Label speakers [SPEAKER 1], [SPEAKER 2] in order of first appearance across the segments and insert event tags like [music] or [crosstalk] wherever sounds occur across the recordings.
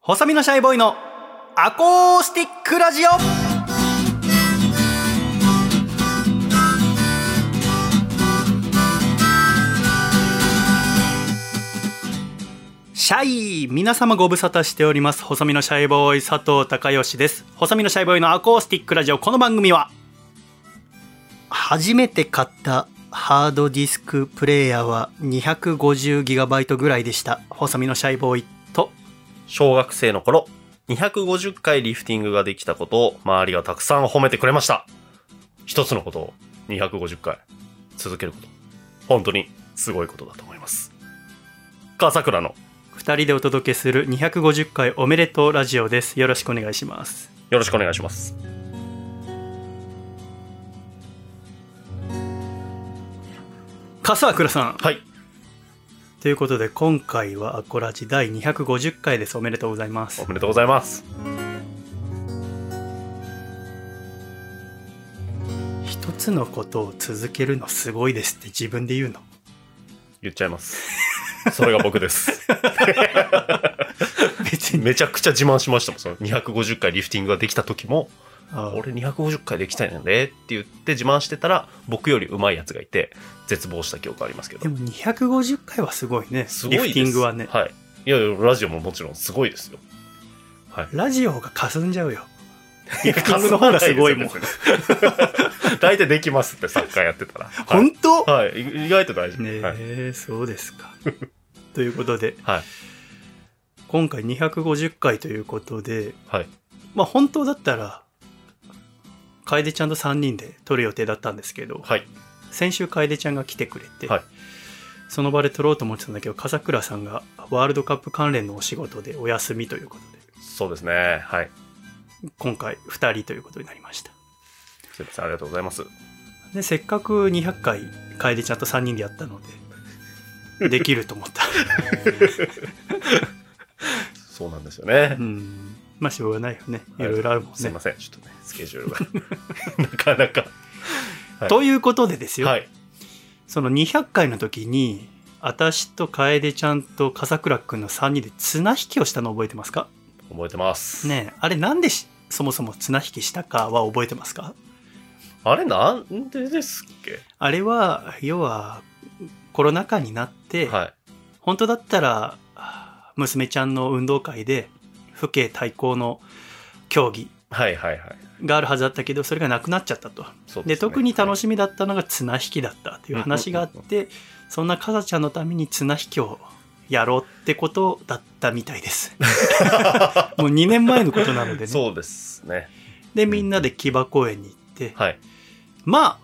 [SPEAKER 1] 細身のシャイボーイのアコースティックラジオシャイ皆様ご無沙汰しております細身のシャイボーイ佐藤孝義です細身のシャイボーイのアコースティックラジオこの番組は初めて買ったハードディスクプレイヤーは 250GB ぐらいでした細身のシャイボーイと
[SPEAKER 2] 小学生の頃、250回リフティングができたことを周りがたくさん褒めてくれました。一つのことを250回続けること。本当にすごいことだと思います。笠倉の
[SPEAKER 1] 二人でお届けする250回おめでとうラジオですよろしくお願いします
[SPEAKER 2] よろしくお願いします。
[SPEAKER 1] 笠倉さん
[SPEAKER 2] はい。
[SPEAKER 1] ということで今回はアコラジ第250回ですおめでとうございます
[SPEAKER 2] おめでとうございます。
[SPEAKER 1] 一つのことを続けるのすごいですって自分で言うの
[SPEAKER 2] 言っちゃいます。それが僕です。 [laughs]
[SPEAKER 1] 別に
[SPEAKER 2] めちゃくちゃ自慢しましたもん。その250回リフティングができた時も、
[SPEAKER 1] あ
[SPEAKER 2] 俺250回できたんやでって言って自慢してたら、僕より上手いやつがいて、絶望した記憶ありますけど
[SPEAKER 1] で。も250回はすごいね
[SPEAKER 2] すごいです。
[SPEAKER 1] リフティングはね、
[SPEAKER 2] はい。いやいや、ラジオももちろんすごいですよ。はい。
[SPEAKER 1] ラジオが霞んじゃうよ [laughs] リフティングの方がすごいもん、
[SPEAKER 2] かすごいですよね [laughs] 大体できますってサッカーやってたら。はい
[SPEAKER 1] [laughs] 本当、
[SPEAKER 2] はい。い意外と大事。
[SPEAKER 1] ねえ、
[SPEAKER 2] はい。
[SPEAKER 1] そうですかということで
[SPEAKER 2] はい。
[SPEAKER 1] 今回250回ということで
[SPEAKER 2] はい。
[SPEAKER 1] まあ本当だったら楓ちゃんと3人で撮る予定だったんですけど、
[SPEAKER 2] はい。
[SPEAKER 1] 先週楓ちゃんが来てくれて、
[SPEAKER 2] はい
[SPEAKER 1] その場で撮ろうと思ってたんだけど笠倉さんがワールドカップ関連のお仕事でお休みということ
[SPEAKER 2] そうですね。はい。
[SPEAKER 1] で今回2人ということになりました
[SPEAKER 2] すいません。ありがとうございます。
[SPEAKER 1] でせっかく200回楓ちゃんと3人でやったのでできると思った
[SPEAKER 2] そうなんですよ [laughs] ね
[SPEAKER 1] う。んまあしょうがないよねい
[SPEAKER 2] はい
[SPEAKER 1] ろいろあるもん
[SPEAKER 2] すい
[SPEAKER 1] ね、
[SPEAKER 2] ません。ちょっとね、スケジュールが。 [laughs] なかなせん
[SPEAKER 1] ということでです
[SPEAKER 2] か。
[SPEAKER 1] よ、
[SPEAKER 2] はい。
[SPEAKER 1] その200回の時に私と楓ちゃんと笠倉くんの3人で綱引きをしたの覚えてますか
[SPEAKER 2] 覚えてます。
[SPEAKER 1] ねえあれなんでしそもそも綱引きしたかは覚えてますか
[SPEAKER 2] あれなんでですっけ
[SPEAKER 1] あれは要はコロナ禍になって、
[SPEAKER 2] はい。
[SPEAKER 1] 本当だったらあ娘ちゃんの運動会で父兄対抗の競技
[SPEAKER 2] はいはいはい。
[SPEAKER 1] があるはずだったけどそれがなくなっちゃったと
[SPEAKER 2] そう
[SPEAKER 1] で特に楽
[SPEAKER 2] し
[SPEAKER 1] しみだったのが綱引きだったという話があってそんなかさちゃんのために綱引きをやろうってことだったみたいです [laughs] もう2年前のことなのでね
[SPEAKER 2] [laughs] そうですね。
[SPEAKER 1] でみんなで木場公園に行って
[SPEAKER 2] はい。
[SPEAKER 1] まあ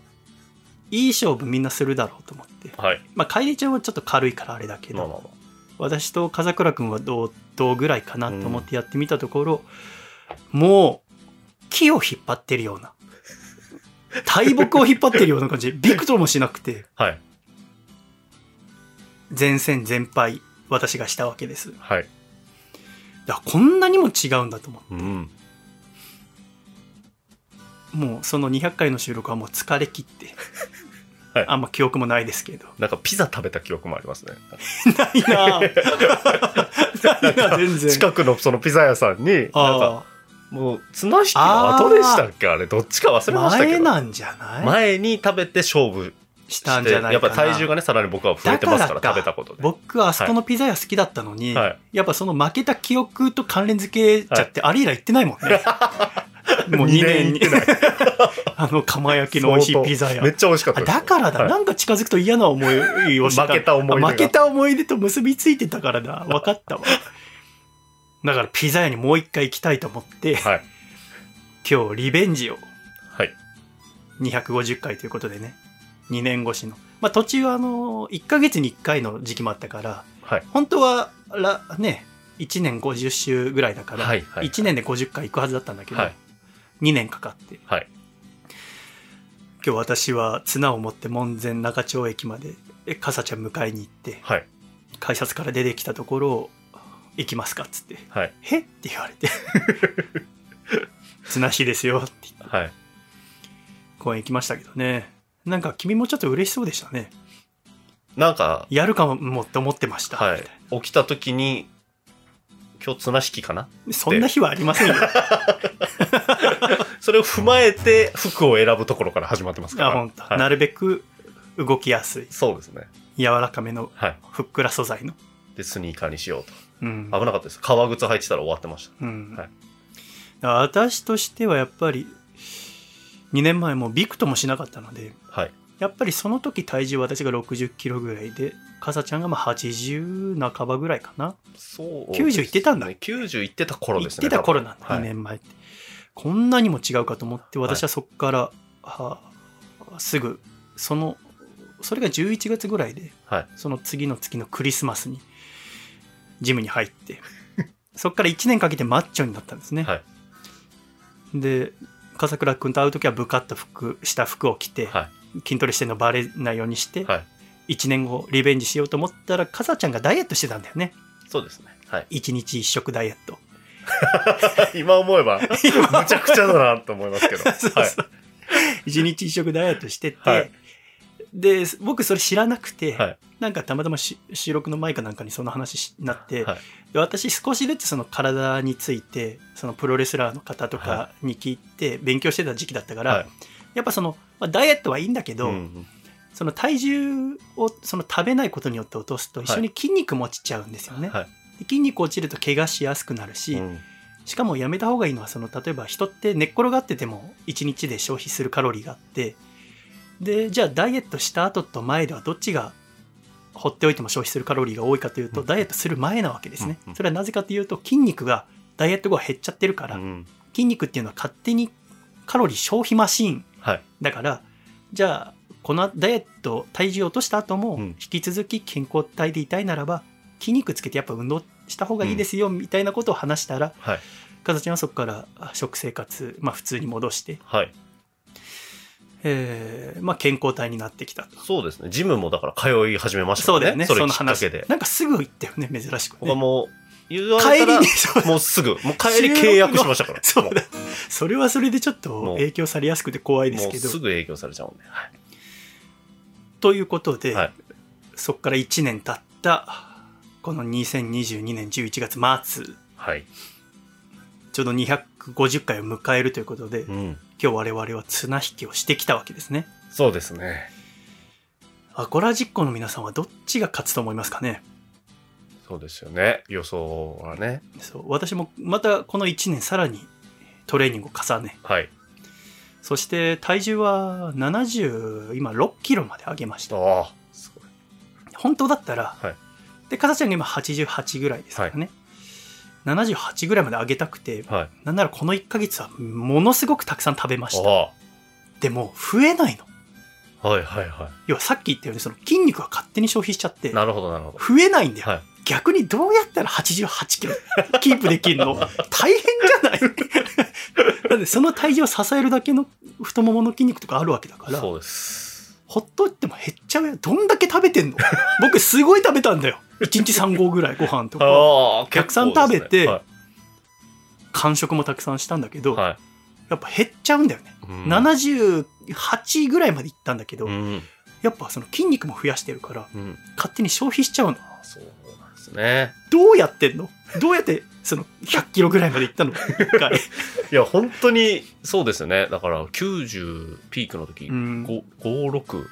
[SPEAKER 1] いい勝負みんなするだろうと思って
[SPEAKER 2] はい。
[SPEAKER 1] まあ楓ちゃんはちょっと軽いからあれだけ
[SPEAKER 2] まあ
[SPEAKER 1] ど
[SPEAKER 2] まあま
[SPEAKER 1] 私と風倉くんはどうどうぐらいかなと思ってやってみたところ、もう木を引っ張ってるような大木を引っ張ってるような感じびくともしなくて
[SPEAKER 2] あ。はい。
[SPEAKER 1] 前線全敗私がしたわけです
[SPEAKER 2] はい。
[SPEAKER 1] だからこんなにも違うんだと思
[SPEAKER 2] うん。
[SPEAKER 1] うもうその200回の収録はもう疲れ切って、
[SPEAKER 2] はい
[SPEAKER 1] あんま記憶もないですけど
[SPEAKER 2] なんかピザ食べた記憶もありますね。
[SPEAKER 1] ないなぁないなぁ全然
[SPEAKER 2] 近くのそのピザ屋さんに、なんか
[SPEAKER 1] あ
[SPEAKER 2] もう綱引きの後でしたっけあれ、どっちか忘
[SPEAKER 1] あ
[SPEAKER 2] れましたけ
[SPEAKER 1] 前
[SPEAKER 2] ど。
[SPEAKER 1] なんじゃない
[SPEAKER 2] 前に食べて勝負
[SPEAKER 1] し
[SPEAKER 2] した
[SPEAKER 1] ん
[SPEAKER 2] て、
[SPEAKER 1] じゃない
[SPEAKER 2] やっ
[SPEAKER 1] か
[SPEAKER 2] ぱ
[SPEAKER 1] な
[SPEAKER 2] 体重がね、さらに僕は増えてます
[SPEAKER 1] だか
[SPEAKER 2] から、
[SPEAKER 1] らか
[SPEAKER 2] 食べたことで。
[SPEAKER 1] 僕はあそこのピザ屋好きだったのに、
[SPEAKER 2] はい
[SPEAKER 1] やっぱその負けた記憶と関連付けちゃって、あれ以来行ってないもんね [laughs] もう2年に
[SPEAKER 2] 二 [laughs] 行ってない。
[SPEAKER 1] あの釜焼きの美味しいピザ
[SPEAKER 2] 相当め
[SPEAKER 1] 屋
[SPEAKER 2] っちゃ美味しかった
[SPEAKER 1] あ
[SPEAKER 2] です。
[SPEAKER 1] だからだ、
[SPEAKER 2] はい
[SPEAKER 1] なんか近づくと嫌な思いをした
[SPEAKER 2] 負けた思い出が
[SPEAKER 1] あ負けた思い出と結びついてたからだ分かったわだからピザ屋にもう一回行きたいと思って
[SPEAKER 2] はい。
[SPEAKER 1] 今日リベンジを
[SPEAKER 2] はい。
[SPEAKER 1] 250回ということでね2年越しの、まあ、途中はあの1ヶ月に1回の時期もあったから
[SPEAKER 2] はい。
[SPEAKER 1] 本当はらね1年50週ぐらいだから、
[SPEAKER 2] はいはい
[SPEAKER 1] 1年で50回行くはずだったんだけど、
[SPEAKER 2] はい
[SPEAKER 1] 2年かかって
[SPEAKER 2] はい。
[SPEAKER 1] 今日私は綱を持って門前仲町駅までえかさちゃん迎えに行って
[SPEAKER 2] はい。
[SPEAKER 1] 改札から出てきたところを「行きますか」っつって
[SPEAKER 2] はい。
[SPEAKER 1] 「へっ?」て言われて「綱引ですよ」って言って
[SPEAKER 2] はい。
[SPEAKER 1] 公園行きましたけどねなんか君もちょっと嬉しそうでしたね
[SPEAKER 2] なんか、
[SPEAKER 1] やるかもって思ってました、
[SPEAKER 2] はい
[SPEAKER 1] みたいな。
[SPEAKER 2] 起きた時に、今日今日綱引きかな
[SPEAKER 1] そんな日はありま
[SPEAKER 2] [laughs]
[SPEAKER 1] せんよ。
[SPEAKER 2] それを踏まえて服を選ぶところから始まってますから。
[SPEAKER 1] あ本当、
[SPEAKER 2] はい
[SPEAKER 1] なるべく動きやすい。
[SPEAKER 2] そうですね。
[SPEAKER 1] 柔らかめの
[SPEAKER 2] はい。
[SPEAKER 1] ふっくら素材の。
[SPEAKER 2] で、スニーカーにしようと。
[SPEAKER 1] うん。
[SPEAKER 2] 危なかったです。革靴履いてたら終わってまし
[SPEAKER 1] うん
[SPEAKER 2] はい
[SPEAKER 1] 私としてはやっぱり2年前もびくともしなかったので
[SPEAKER 2] た。はい。
[SPEAKER 1] やっぱりその時体重私が60キロぐらいでかさちゃんがまあ80半ばぐらいかな
[SPEAKER 2] そう、
[SPEAKER 1] 90行ってたんだ
[SPEAKER 2] ね。90行ってた頃
[SPEAKER 1] 行っ
[SPEAKER 2] ですね。
[SPEAKER 1] てた頃なんだ、
[SPEAKER 2] 多
[SPEAKER 1] 2
[SPEAKER 2] 分はい。
[SPEAKER 1] 年前ってこんなにも違うかと思って私はそこから、はあすぐそのそれが11月ぐらいで
[SPEAKER 2] はい。
[SPEAKER 1] その次の月のクリスマスにジムに入って
[SPEAKER 2] [laughs]
[SPEAKER 1] そこから1年かけてマッチョになったんですね、
[SPEAKER 2] はい
[SPEAKER 1] で笠倉君と会う時はブカッと服した服を着て、
[SPEAKER 2] は
[SPEAKER 1] 筋トレしてるのバレないようにして、
[SPEAKER 2] はい
[SPEAKER 1] 1年後リベンジしようと思ったら笠ちゃんがダイエットしてたんだよね。
[SPEAKER 2] そうですね。はい
[SPEAKER 1] 1日1食
[SPEAKER 2] [laughs]
[SPEAKER 1] ダイエット [laughs]
[SPEAKER 2] 今思えば、むちゃくちゃだなと思いますけど。
[SPEAKER 1] [laughs] そう
[SPEAKER 2] はい。
[SPEAKER 1] そう1日1食ダイエットしてて、
[SPEAKER 2] はい
[SPEAKER 1] で僕それ知らなくて、
[SPEAKER 2] はい
[SPEAKER 1] なんかたまたまし収録の前かなんかにその話になって、
[SPEAKER 2] はい
[SPEAKER 1] で私少しずつその体についてそのプロレスラーの方とかに聞いて勉強してた時期だったから、
[SPEAKER 2] はい
[SPEAKER 1] やっぱその、まあ、ダイエットはいいんだけど、
[SPEAKER 2] うん
[SPEAKER 1] その体重をその食べないことによって落とすと一緒に筋肉も落ちちゃうんですよね、
[SPEAKER 2] はい
[SPEAKER 1] で筋肉落ちると怪我しやすくなるし、
[SPEAKER 2] うん
[SPEAKER 1] しかもやめた方がいいのはその例えば人って寝っ転がってても1日で消費するカロリーがあってでじゃあダイエットした後と前ではどっちが放っておいても消費するカロリーが多いかというと、
[SPEAKER 2] うん
[SPEAKER 1] ダイエットする前なわけですね、
[SPEAKER 2] うんうん
[SPEAKER 1] それはなぜかというと筋肉がダイエット後は減っちゃってるから、
[SPEAKER 2] うん
[SPEAKER 1] 筋肉っていうのは勝手にカロリー消費マシーン
[SPEAKER 2] はい。
[SPEAKER 1] だからじゃあこのダイエット体重を落とした後も
[SPEAKER 2] うん
[SPEAKER 1] 引き続き健康体でいたいならば筋肉つけてやっぱ運動した方がいいですよみたいなことを話したら、
[SPEAKER 2] はい。
[SPEAKER 1] かずちゃんはそこからあ食生活、まあ、普通に戻して、
[SPEAKER 2] はい。
[SPEAKER 1] えーまあ、健康体になってきたと。
[SPEAKER 2] そうですね。ジムもだから通い始めました
[SPEAKER 1] そ
[SPEAKER 2] も
[SPEAKER 1] うんだよね、
[SPEAKER 2] そ
[SPEAKER 1] そ
[SPEAKER 2] れき
[SPEAKER 1] の
[SPEAKER 2] っか
[SPEAKER 1] 話
[SPEAKER 2] けで。
[SPEAKER 1] なんかすぐ行ったよね、珍しく、
[SPEAKER 2] 僕は
[SPEAKER 1] ね。
[SPEAKER 2] もう、言われ
[SPEAKER 1] 帰
[SPEAKER 2] た
[SPEAKER 1] り
[SPEAKER 2] ら
[SPEAKER 1] に、、そうだ
[SPEAKER 2] もうすぐ、もう帰り契約しましたから。
[SPEAKER 1] [laughs] そうだ
[SPEAKER 2] も。
[SPEAKER 1] それはそれでちょっ
[SPEAKER 2] も
[SPEAKER 1] と
[SPEAKER 2] う
[SPEAKER 1] 影響されやすくて怖いうで
[SPEAKER 2] も
[SPEAKER 1] す
[SPEAKER 2] う
[SPEAKER 1] けど
[SPEAKER 2] す。ぐ影響されちゃうんで。はい
[SPEAKER 1] ということで、
[SPEAKER 2] はい
[SPEAKER 1] そこから1年経った、この2022年11月末、
[SPEAKER 2] はい。
[SPEAKER 1] ちょうど250回を迎えるということで、
[SPEAKER 2] うん。
[SPEAKER 1] 今日我々は綱引きをしてきたわけですね。
[SPEAKER 2] そうですね。
[SPEAKER 1] アコラジッコの皆さんはどっちが勝つと思いますかね
[SPEAKER 2] そうですよね。予想はね。
[SPEAKER 1] そう私もまたこの1年さらにトレーニングを重ね
[SPEAKER 2] はい。
[SPEAKER 1] そして体重は70今6キロまで上げました
[SPEAKER 2] ああ、すごい。
[SPEAKER 1] 本当だったら、
[SPEAKER 2] はい
[SPEAKER 1] でかさちゃんが今88ぐらいですからね、78ぐらいまで上げたくて
[SPEAKER 2] はい。
[SPEAKER 1] なんならこの1ヶ月はものすごくたくさん食べました
[SPEAKER 2] あ
[SPEAKER 1] でも増えないの
[SPEAKER 2] あ、はいはいは
[SPEAKER 1] 要はさっき言ったようにその筋肉が勝手に消費しちゃって
[SPEAKER 2] い。なるほどなるほど。
[SPEAKER 1] 増えないんだよ、
[SPEAKER 2] はい。
[SPEAKER 1] 逆にどうやったら88キロキープできる
[SPEAKER 2] [laughs]
[SPEAKER 1] の大変じゃない [laughs] だってその体重を支えるだけの太ももの筋肉とかあるわけだから、
[SPEAKER 2] そうです。
[SPEAKER 1] ほっといても減っちゃうよ。どんだけ食べて
[SPEAKER 2] [laughs]
[SPEAKER 1] んの僕すごい食べたんだよ。1日3合ぐらいご飯とか、
[SPEAKER 2] ああ、
[SPEAKER 1] たくさん食べて
[SPEAKER 2] は
[SPEAKER 1] 間食もたくさんしたんだけ
[SPEAKER 2] い。
[SPEAKER 1] ど、
[SPEAKER 2] は
[SPEAKER 1] やっぱ減っちゃうんだよね。
[SPEAKER 2] いうん
[SPEAKER 1] 78ぐらいまでいったんだけど、
[SPEAKER 2] うん。
[SPEAKER 1] やっぱその筋肉も増やしてるから、
[SPEAKER 2] うん。
[SPEAKER 1] 勝手に消費しちゃうの。
[SPEAKER 2] あそうなんですね。
[SPEAKER 1] どうやってんのどうやってその100キロぐらいまでい
[SPEAKER 2] [laughs]
[SPEAKER 1] ったの一回
[SPEAKER 2] いや、本当に、そうですよね。だから、90ピークの時、
[SPEAKER 1] うん
[SPEAKER 2] 5、5 6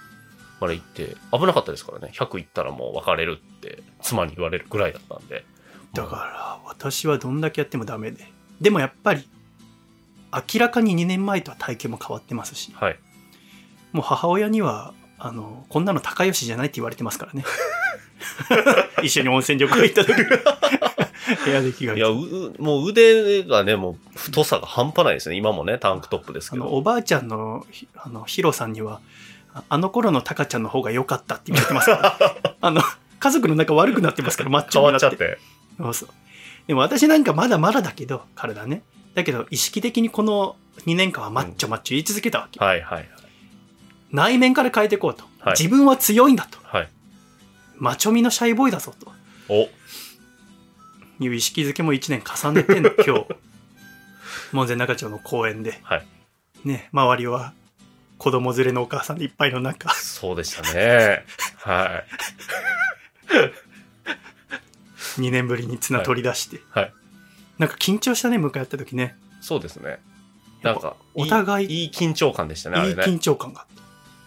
[SPEAKER 2] まで行って、危なかったですからね。100行ったらもう別れるって、妻に言われるぐらいだったんで。
[SPEAKER 1] だから私はどんだけやってもダメで。でもやっぱり、明らかに2年前とは体型も変わってますし、
[SPEAKER 2] はい。
[SPEAKER 1] もう母親には、あの、こんなの高吉じゃないって言われてます
[SPEAKER 2] [laughs]
[SPEAKER 1] からね。一緒に温泉旅行行った時部屋で着替え
[SPEAKER 2] い
[SPEAKER 1] て
[SPEAKER 2] や、う、もう腕がね、もう太さが半端ないですね。今もね、タンクトップです
[SPEAKER 1] あ
[SPEAKER 2] け
[SPEAKER 1] の、
[SPEAKER 2] ど。
[SPEAKER 1] おばあちゃんの、ひあの、ヒロさんには、ああの頃のタカちゃんの方が良かったって言われてます
[SPEAKER 2] [laughs]
[SPEAKER 1] から。あの、家族の仲悪くなってますから、マッチョ
[SPEAKER 2] 変
[SPEAKER 1] にな
[SPEAKER 2] わ
[SPEAKER 1] っ
[SPEAKER 2] っちゃ
[SPEAKER 1] て。
[SPEAKER 2] って。
[SPEAKER 1] そうそう。でも私なんかまだまだだけど、体ね。だけど、意識的にこの2年間はマッチョマッチョ言い続けたわけ。
[SPEAKER 2] はいはい
[SPEAKER 1] 内面から変えていこうと。
[SPEAKER 2] はい
[SPEAKER 1] 自分は強いんだと。
[SPEAKER 2] はい。
[SPEAKER 1] マチョミのシャイボーイだぞと。
[SPEAKER 2] お、
[SPEAKER 1] いう意識づけも1年重ね
[SPEAKER 2] [laughs]
[SPEAKER 1] てんの今日門前仲町の公園で、
[SPEAKER 2] はい
[SPEAKER 1] ね周りは子供連れのお母さんでいっぱいの中 [laughs]
[SPEAKER 2] そうでしたね。は
[SPEAKER 1] 2年ぶりに綱取り出して、
[SPEAKER 2] はい
[SPEAKER 1] なんか緊張したね、向かい合った時ね。
[SPEAKER 2] そうですね。
[SPEAKER 1] やっ
[SPEAKER 2] なん
[SPEAKER 1] ぱ
[SPEAKER 2] か、い
[SPEAKER 1] お互い
[SPEAKER 2] いい緊張感でしたね、あ
[SPEAKER 1] いい
[SPEAKER 2] れね。
[SPEAKER 1] 緊張感があっ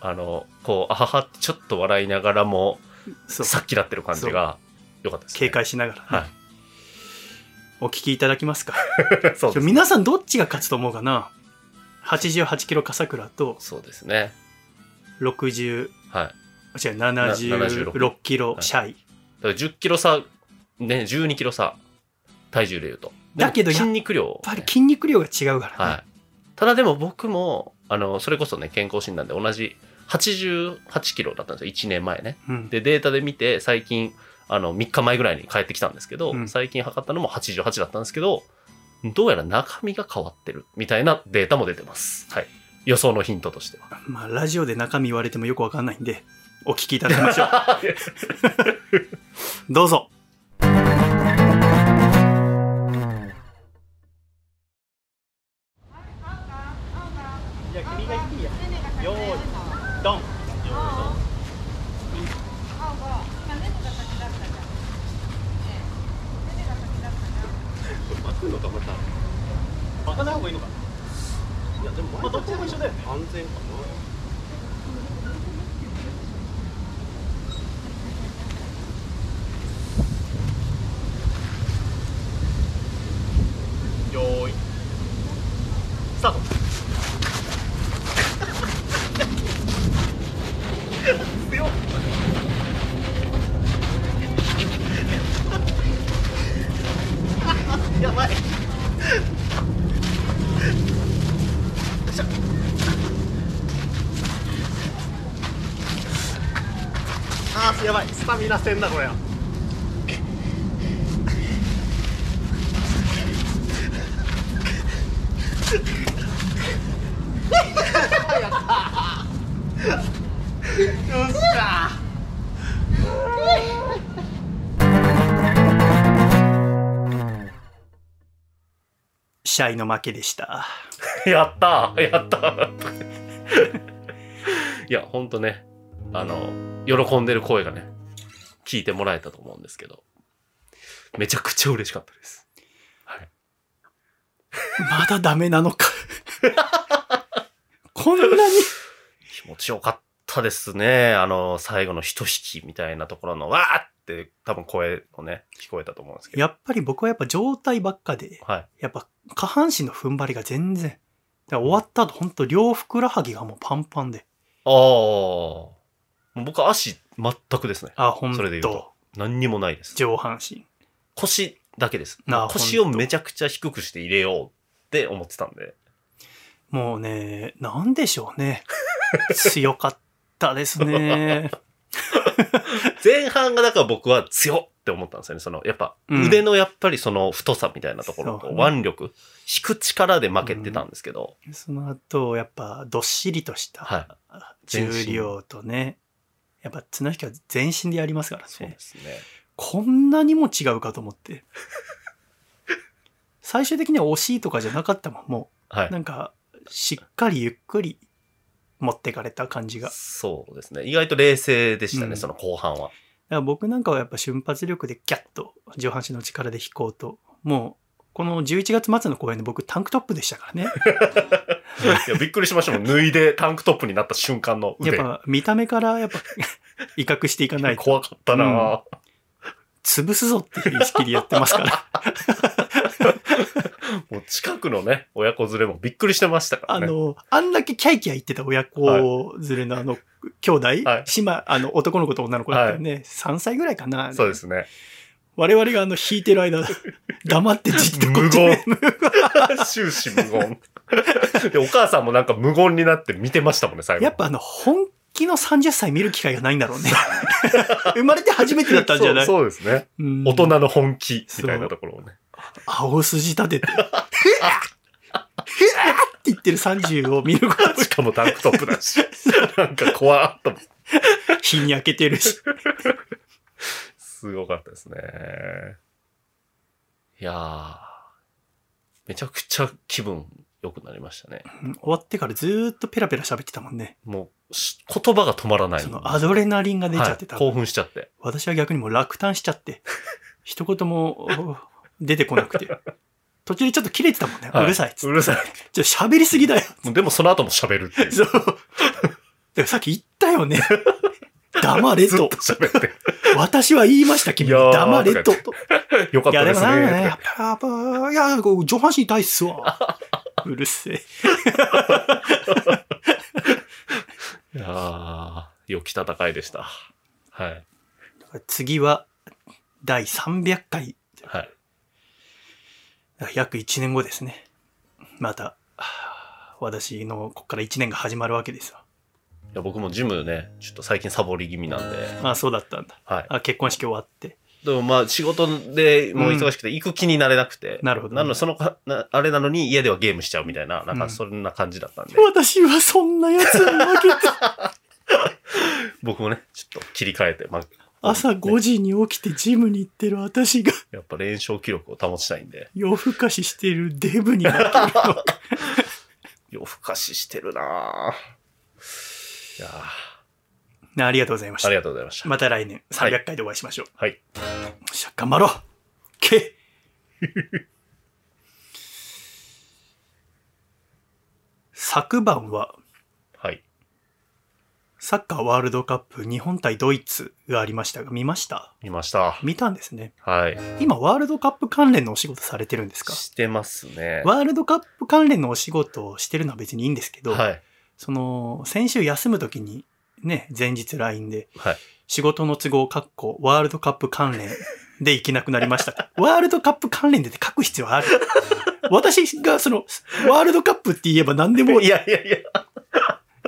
[SPEAKER 2] あの、こう、あははってちょっと笑いながらも、
[SPEAKER 1] た。そう。
[SPEAKER 2] さっきだってる感じが、良かったですね。
[SPEAKER 1] 警戒しながら、ね
[SPEAKER 2] はい
[SPEAKER 1] お聞きいただきますか。
[SPEAKER 2] [laughs] そうです
[SPEAKER 1] 皆さんどっちが勝つと思うかな ?88 キロ笠倉と
[SPEAKER 2] そうですね。
[SPEAKER 1] 60、
[SPEAKER 2] はい。だか
[SPEAKER 1] あ違う、76キロシャイ。
[SPEAKER 2] ら10キロ差、ね、12キロ差、体重で言うと。
[SPEAKER 1] だけど
[SPEAKER 2] でも筋肉量、
[SPEAKER 1] やっぱり筋肉量が違うからね、
[SPEAKER 2] はい。ただでも僕も、あの、それこそね、健康診断で同じ88キロだったんですよ、1年前ね。
[SPEAKER 1] うん
[SPEAKER 2] で、データで見て、最近、あの、3日前ぐらいに帰ってきたんですけど、
[SPEAKER 1] うん
[SPEAKER 2] 最近測ったのも88だったんですけど、どうやら中身が変わってる、みたいなデータも出てます。はい。予想のヒントとしては。
[SPEAKER 1] まあ、ラジオで中身言われてもよくわかんないんで、お聞きいただきま
[SPEAKER 2] [laughs]
[SPEAKER 1] しょう。どうぞ。じゃあ君がいいや。よーい、ドン。
[SPEAKER 3] 巻くのかまた
[SPEAKER 1] 巻かない方がいいのか。
[SPEAKER 3] いやでも
[SPEAKER 1] まあどっちでも一緒だよね
[SPEAKER 3] 安全か
[SPEAKER 1] よーい。スタート。
[SPEAKER 3] なあーやばいスタミナ戦だこれは
[SPEAKER 1] シャイの負けでした。
[SPEAKER 2] [laughs] やったーやった [laughs] ーいや、ほんとね、あの、喜んでる声がね、聞いてもらえたと思うんですけど、めちゃくちゃ嬉しかったです。はい。
[SPEAKER 1] まだダメなのか。 [laughs] こんなに。
[SPEAKER 2] 気持ちよかったですね。あの、最後の一引きみたいなところの、わーって多分声もね、聞こえたと思うんですけど。
[SPEAKER 1] やっぱり僕はやっぱ状態ばっかで、
[SPEAKER 2] はい。
[SPEAKER 1] やっぱ下半身の踏ん張りが全然。だから終わった後、ほんと両ふくらはぎがもうパンパンで。
[SPEAKER 2] ああ。もう僕は足全くですね。
[SPEAKER 1] あ、ほん
[SPEAKER 2] それで言う
[SPEAKER 1] と
[SPEAKER 2] と。何にもないです。
[SPEAKER 1] 上半身。
[SPEAKER 2] 腰だけです
[SPEAKER 1] なあ。
[SPEAKER 2] 腰をめちゃくちゃ低くして入れようって思ってたんで。
[SPEAKER 1] もうね、なんでしょうね。強かったです
[SPEAKER 2] [laughs]
[SPEAKER 1] ね。
[SPEAKER 2] 前半がだから僕は強っって思ったんですよね。その、やっぱ、
[SPEAKER 1] うん
[SPEAKER 2] 腕のやっぱりその太さみたいなところ
[SPEAKER 1] そう
[SPEAKER 2] と
[SPEAKER 1] ね
[SPEAKER 2] 腕力、引く力で負けてたんですけど、
[SPEAKER 1] その後、やっぱどっしりとした
[SPEAKER 2] は全
[SPEAKER 1] 重
[SPEAKER 2] 身
[SPEAKER 1] 量とね、やっぱ綱引きは全身でやりますから
[SPEAKER 2] そう
[SPEAKER 1] ね
[SPEAKER 2] で。すね。
[SPEAKER 1] こんなにも違うかと思って。最終的には惜しいとかじゃなかったもん、も。。
[SPEAKER 2] はいう
[SPEAKER 1] なんか、しっかりゆっくり持ってかれた感じが。だか
[SPEAKER 2] そうですね。意外と冷静でした
[SPEAKER 1] う
[SPEAKER 2] ね、
[SPEAKER 1] ん
[SPEAKER 2] その後半
[SPEAKER 1] [laughs]
[SPEAKER 2] は。
[SPEAKER 1] ら僕なんかはやっぱ瞬発力でギャッと上半身の力で引こうと。もう、この11月末の公演で僕タンクトップでした
[SPEAKER 2] [laughs]
[SPEAKER 1] からね。
[SPEAKER 2] いや、びっくりしましたもん。脱いでタンクトップになった瞬間の
[SPEAKER 1] やっ
[SPEAKER 2] 腕。
[SPEAKER 1] ぱ見た目からやっぱ威嚇していかないと
[SPEAKER 2] 怖かったなぁ、
[SPEAKER 1] 潰すぞっていう意識でやってます
[SPEAKER 2] [laughs]
[SPEAKER 1] から。
[SPEAKER 2] もう近くのね、親子連れもびっくりしてましたか
[SPEAKER 1] あ
[SPEAKER 2] らね。
[SPEAKER 1] の、あんだけキャイキャイ言ってた親子連れのあの、兄弟、
[SPEAKER 2] はい
[SPEAKER 1] 姉妹、あの、男の子と女の子だったよね。3歳ぐらいかな。
[SPEAKER 2] そうです
[SPEAKER 1] [laughs]
[SPEAKER 2] ね。
[SPEAKER 1] 我々があの、弾いてる
[SPEAKER 2] [laughs]
[SPEAKER 1] 間、黙ってじっとこっ
[SPEAKER 2] 無
[SPEAKER 1] ちで
[SPEAKER 2] 言。終始無言。で、お母さんもなんか無言になって見てましたもんね、最後。
[SPEAKER 1] やっぱあの、本気の30歳見る機会がないんだろうね。 [laughs] 生まれて初めてだったんじゃない
[SPEAKER 2] そうそうですね。
[SPEAKER 1] うん
[SPEAKER 2] 大人の本気みたいなところをね。
[SPEAKER 1] 青筋立てて、ふわっふわっって言ってる30を見ること
[SPEAKER 2] [laughs] しかもタンクトップ
[SPEAKER 1] [laughs]
[SPEAKER 2] だし。なんか怖っと思って。
[SPEAKER 1] 日に焼けてるし。
[SPEAKER 2] すごかったですね。いやー、めちゃくちゃ気分良くなりましたね。
[SPEAKER 1] うん終わってからずーっとペラペラ喋ってたもんね。
[SPEAKER 2] もうし、言葉が止まらない。
[SPEAKER 1] そのアドレナリンが出ちゃってた。
[SPEAKER 2] はい興奮しちゃって。
[SPEAKER 1] 私は逆にもう落胆しちゃって、一言もお出てこなくて。途中でちょっと切れてたもんね。
[SPEAKER 2] はいう
[SPEAKER 1] るさいっつっ
[SPEAKER 2] うるさい。
[SPEAKER 1] て。ちょ、喋りすぎだよ。
[SPEAKER 2] もうでも [laughs] その後も喋るっていう。
[SPEAKER 1] そう。でもさっき言ったよ
[SPEAKER 2] [laughs]
[SPEAKER 1] ね。黙れ
[SPEAKER 2] ずっと
[SPEAKER 1] と。
[SPEAKER 2] 喋って。
[SPEAKER 1] 私は言いました、君に。
[SPEAKER 2] いやー
[SPEAKER 1] 黙れと。
[SPEAKER 2] よか
[SPEAKER 1] [laughs]
[SPEAKER 2] っ
[SPEAKER 1] いや、で
[SPEAKER 2] たで
[SPEAKER 1] も
[SPEAKER 2] す
[SPEAKER 1] なんかね、
[SPEAKER 2] ね
[SPEAKER 1] や。っぱ、やっぱ、いや、こう上半身痛いっすわ。
[SPEAKER 2] [laughs]
[SPEAKER 1] うるせえ。
[SPEAKER 2] いやー良き戦いでした。はい。
[SPEAKER 1] 次は、第300回、
[SPEAKER 2] はい。
[SPEAKER 1] 約1年後ですね。また、はあ私のここから1年が始まるわけですよ。
[SPEAKER 2] いや僕もジムね、ちょっと最近サボり気味なんで、
[SPEAKER 1] あ、そうだったんだ。
[SPEAKER 2] はい。
[SPEAKER 1] あ、結婚式終わって。
[SPEAKER 2] でもまあ仕事でもう忙しくて行く気になれなくて。
[SPEAKER 1] なるほど
[SPEAKER 2] なのでそのかな、あれなのに家ではゲームしちゃうみたいな、なんかそんな感じだったんで、
[SPEAKER 1] 私はそんなやつに負
[SPEAKER 2] [laughs]
[SPEAKER 1] けて、
[SPEAKER 2] 僕もね、ちょっと切り替えて、まあ、
[SPEAKER 1] 朝5時に起きてジムに行ってる私が
[SPEAKER 2] やっぱ連勝記録を保ちたいんで、
[SPEAKER 1] 夜更かししてるデブに負ける
[SPEAKER 2] [laughs]
[SPEAKER 1] のか。
[SPEAKER 2] 夜更かししてるなぁ。いや
[SPEAKER 1] ありがとうございまし
[SPEAKER 2] ー
[SPEAKER 1] た
[SPEAKER 2] あり。がとうございました。
[SPEAKER 1] また来年
[SPEAKER 2] はい
[SPEAKER 1] 300回でお会いしましょう。
[SPEAKER 2] はい。
[SPEAKER 1] よっしゃ、頑張ろうけ [laughs] 昨晩は
[SPEAKER 2] はい。
[SPEAKER 1] サッカーワールドカップ日本対ドイツがありましたが見ました
[SPEAKER 2] 見ました。
[SPEAKER 1] 見たんですね
[SPEAKER 2] はい。
[SPEAKER 1] 今ワールドカップ関連のお仕事されてるんですか
[SPEAKER 2] してますね。
[SPEAKER 1] ワールドカップ関連のお仕事をしてるのは別にいいんですけど、
[SPEAKER 2] はい。
[SPEAKER 1] その先週休む時にね前日 LINE で
[SPEAKER 2] はい。
[SPEAKER 1] 仕事の都合かっこワールドカップ関連で行けなくなりました。 [laughs] ワールドカップ関連でって書く必要ある私がそのワールドカップって言えば何でも
[SPEAKER 2] い
[SPEAKER 1] い
[SPEAKER 2] やいやいや。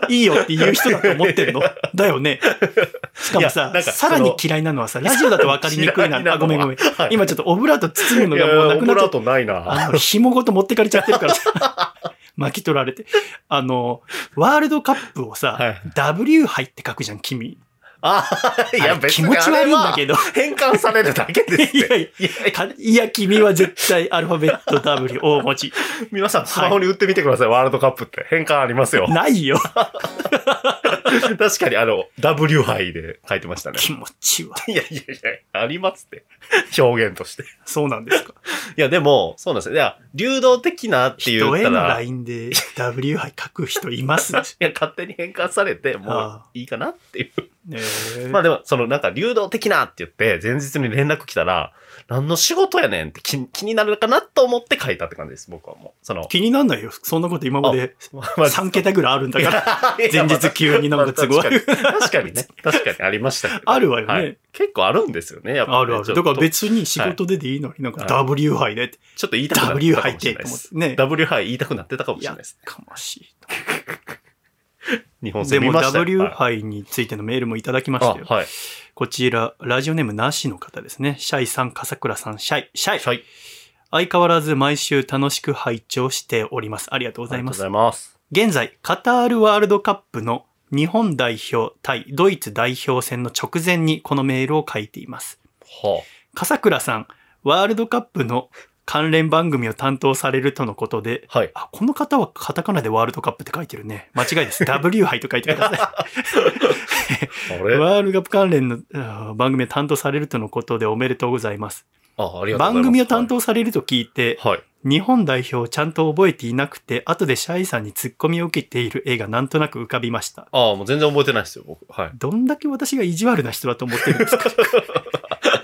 [SPEAKER 1] いよって言う人だと思って
[SPEAKER 2] [laughs]
[SPEAKER 1] るのだよね。しかも
[SPEAKER 2] いや
[SPEAKER 1] さ
[SPEAKER 2] なん、か
[SPEAKER 1] さら
[SPEAKER 2] そ
[SPEAKER 1] に
[SPEAKER 2] の
[SPEAKER 1] 嫌いなのはさ、ラジオだと分かりに
[SPEAKER 2] [laughs]
[SPEAKER 1] くいな。
[SPEAKER 2] 嫌いなのは
[SPEAKER 1] あ、ごめんごめん
[SPEAKER 2] は。い
[SPEAKER 1] 今ちょっとオブラート包むのがもうなくなっちゃった。
[SPEAKER 2] トない
[SPEAKER 1] あの、紐ごと持ってかれちゃってるからさ。
[SPEAKER 2] [laughs]
[SPEAKER 1] 巻き取られて。あの、ワールドカップをさ、
[SPEAKER 2] はい
[SPEAKER 1] W 入って書くじゃん、君。
[SPEAKER 2] あ、い
[SPEAKER 1] あ
[SPEAKER 2] や
[SPEAKER 1] れ
[SPEAKER 2] 別
[SPEAKER 1] 気
[SPEAKER 2] に
[SPEAKER 1] 持ち
[SPEAKER 2] あ
[SPEAKER 1] 悪い
[SPEAKER 2] れ
[SPEAKER 1] ん
[SPEAKER 2] は
[SPEAKER 1] だけど。
[SPEAKER 2] 変換されるだけですっ
[SPEAKER 1] [laughs]
[SPEAKER 2] て。
[SPEAKER 1] いやい
[SPEAKER 2] いやいや
[SPEAKER 1] かいや、君は絶対アルファベット W 大文
[SPEAKER 2] [laughs]
[SPEAKER 1] 字。
[SPEAKER 2] 皆さんスマホに打ってみてください、ワールドカップって。変換ありますよ。
[SPEAKER 1] ないよ。
[SPEAKER 2] 確かにあの、W 杯で書いてましたね。
[SPEAKER 1] 気持ちは。
[SPEAKER 2] いやいやいや、ありますって。表現として。
[SPEAKER 1] そうなんですか。
[SPEAKER 2] いやでも、そうなんですよ。いや、流動的なって言
[SPEAKER 1] 人
[SPEAKER 2] っ
[SPEAKER 1] へ
[SPEAKER 2] た
[SPEAKER 1] の
[SPEAKER 2] ら、い
[SPEAKER 1] LINE で W 杯書く人い
[SPEAKER 2] [laughs]
[SPEAKER 1] ます。
[SPEAKER 2] や、勝手に変換されて、も
[SPEAKER 1] ああ
[SPEAKER 2] ういいかなっていう。
[SPEAKER 1] ねえ
[SPEAKER 2] まあでも、そのなんか流動的なって言って、前日に連絡来たら、何の仕事やねんって気気になるかなと思って書いたって感じです、僕はもう。
[SPEAKER 1] [laughs]
[SPEAKER 2] その、
[SPEAKER 1] 気になんないよ。そんなこと今まで
[SPEAKER 2] まあ
[SPEAKER 1] 3桁ぐらいあるん
[SPEAKER 2] [laughs]
[SPEAKER 1] だから。前日急になんか都合
[SPEAKER 2] まあ確かに確かにね。確かにありましたけど。
[SPEAKER 1] あるわよね
[SPEAKER 2] い結構あるんですよね、やっぱ、ね。
[SPEAKER 1] あるあ
[SPEAKER 2] ちょ
[SPEAKER 1] る。
[SPEAKER 2] っと
[SPEAKER 1] だから別に仕事ででいいのに、なんか
[SPEAKER 2] はい
[SPEAKER 1] W 杯でって。
[SPEAKER 2] ちょっと言いたくな
[SPEAKER 1] W
[SPEAKER 2] ってたか
[SPEAKER 1] 杯っ
[SPEAKER 2] もし
[SPEAKER 1] てと
[SPEAKER 2] れないで
[SPEAKER 1] 思っ
[SPEAKER 2] す
[SPEAKER 1] て。。ね。
[SPEAKER 2] W 杯言いたくなってたかもしれ
[SPEAKER 1] や
[SPEAKER 2] ないです。
[SPEAKER 1] かましいと。
[SPEAKER 2] 日本
[SPEAKER 1] で
[SPEAKER 2] 戦見
[SPEAKER 1] も
[SPEAKER 2] ましたよ
[SPEAKER 1] W
[SPEAKER 2] はい
[SPEAKER 1] 杯についてのメールもいただきま
[SPEAKER 2] あ、
[SPEAKER 1] したよ。
[SPEAKER 2] はい。
[SPEAKER 1] こちら、ラジオネームなしの方ですね。シャイさん、笠倉さん、シャイ、シャイ。
[SPEAKER 2] はい。
[SPEAKER 1] 相変わらず毎週楽しく拝聴しております。ありがとうご
[SPEAKER 2] ござ
[SPEAKER 1] ざ
[SPEAKER 2] い
[SPEAKER 1] い
[SPEAKER 2] ま。
[SPEAKER 1] ますす。
[SPEAKER 2] ございます。
[SPEAKER 1] 現在、カタールワールドカップの日本代表対ドイツ代表戦の直前にこのメールを書いています。
[SPEAKER 2] は
[SPEAKER 1] 笠倉さん、ワールドカップの関連番組を担当されるとのことで、
[SPEAKER 2] あ、はい。
[SPEAKER 1] あ、この方はカタカナでワールドカップって書いてるね。間違い
[SPEAKER 2] [laughs]
[SPEAKER 1] です。W 杯と書いてください。
[SPEAKER 2] あれ
[SPEAKER 1] ワールドカップ関連のあー番組を担当されるとのことでおめでとうございます。
[SPEAKER 2] あ、ありがとうございます。
[SPEAKER 1] 番組を担当されると聞いて、
[SPEAKER 2] はい。はい。
[SPEAKER 1] 日本代表をちゃんと覚えていなくて、後でシャイさんにツッコミを受けている絵がなんとなく浮かびました。
[SPEAKER 2] ああ、もう全然覚えてないですよ、僕。はい。
[SPEAKER 1] どんだけ私が意地悪な人だと思ってるんです
[SPEAKER 2] [laughs]
[SPEAKER 1] か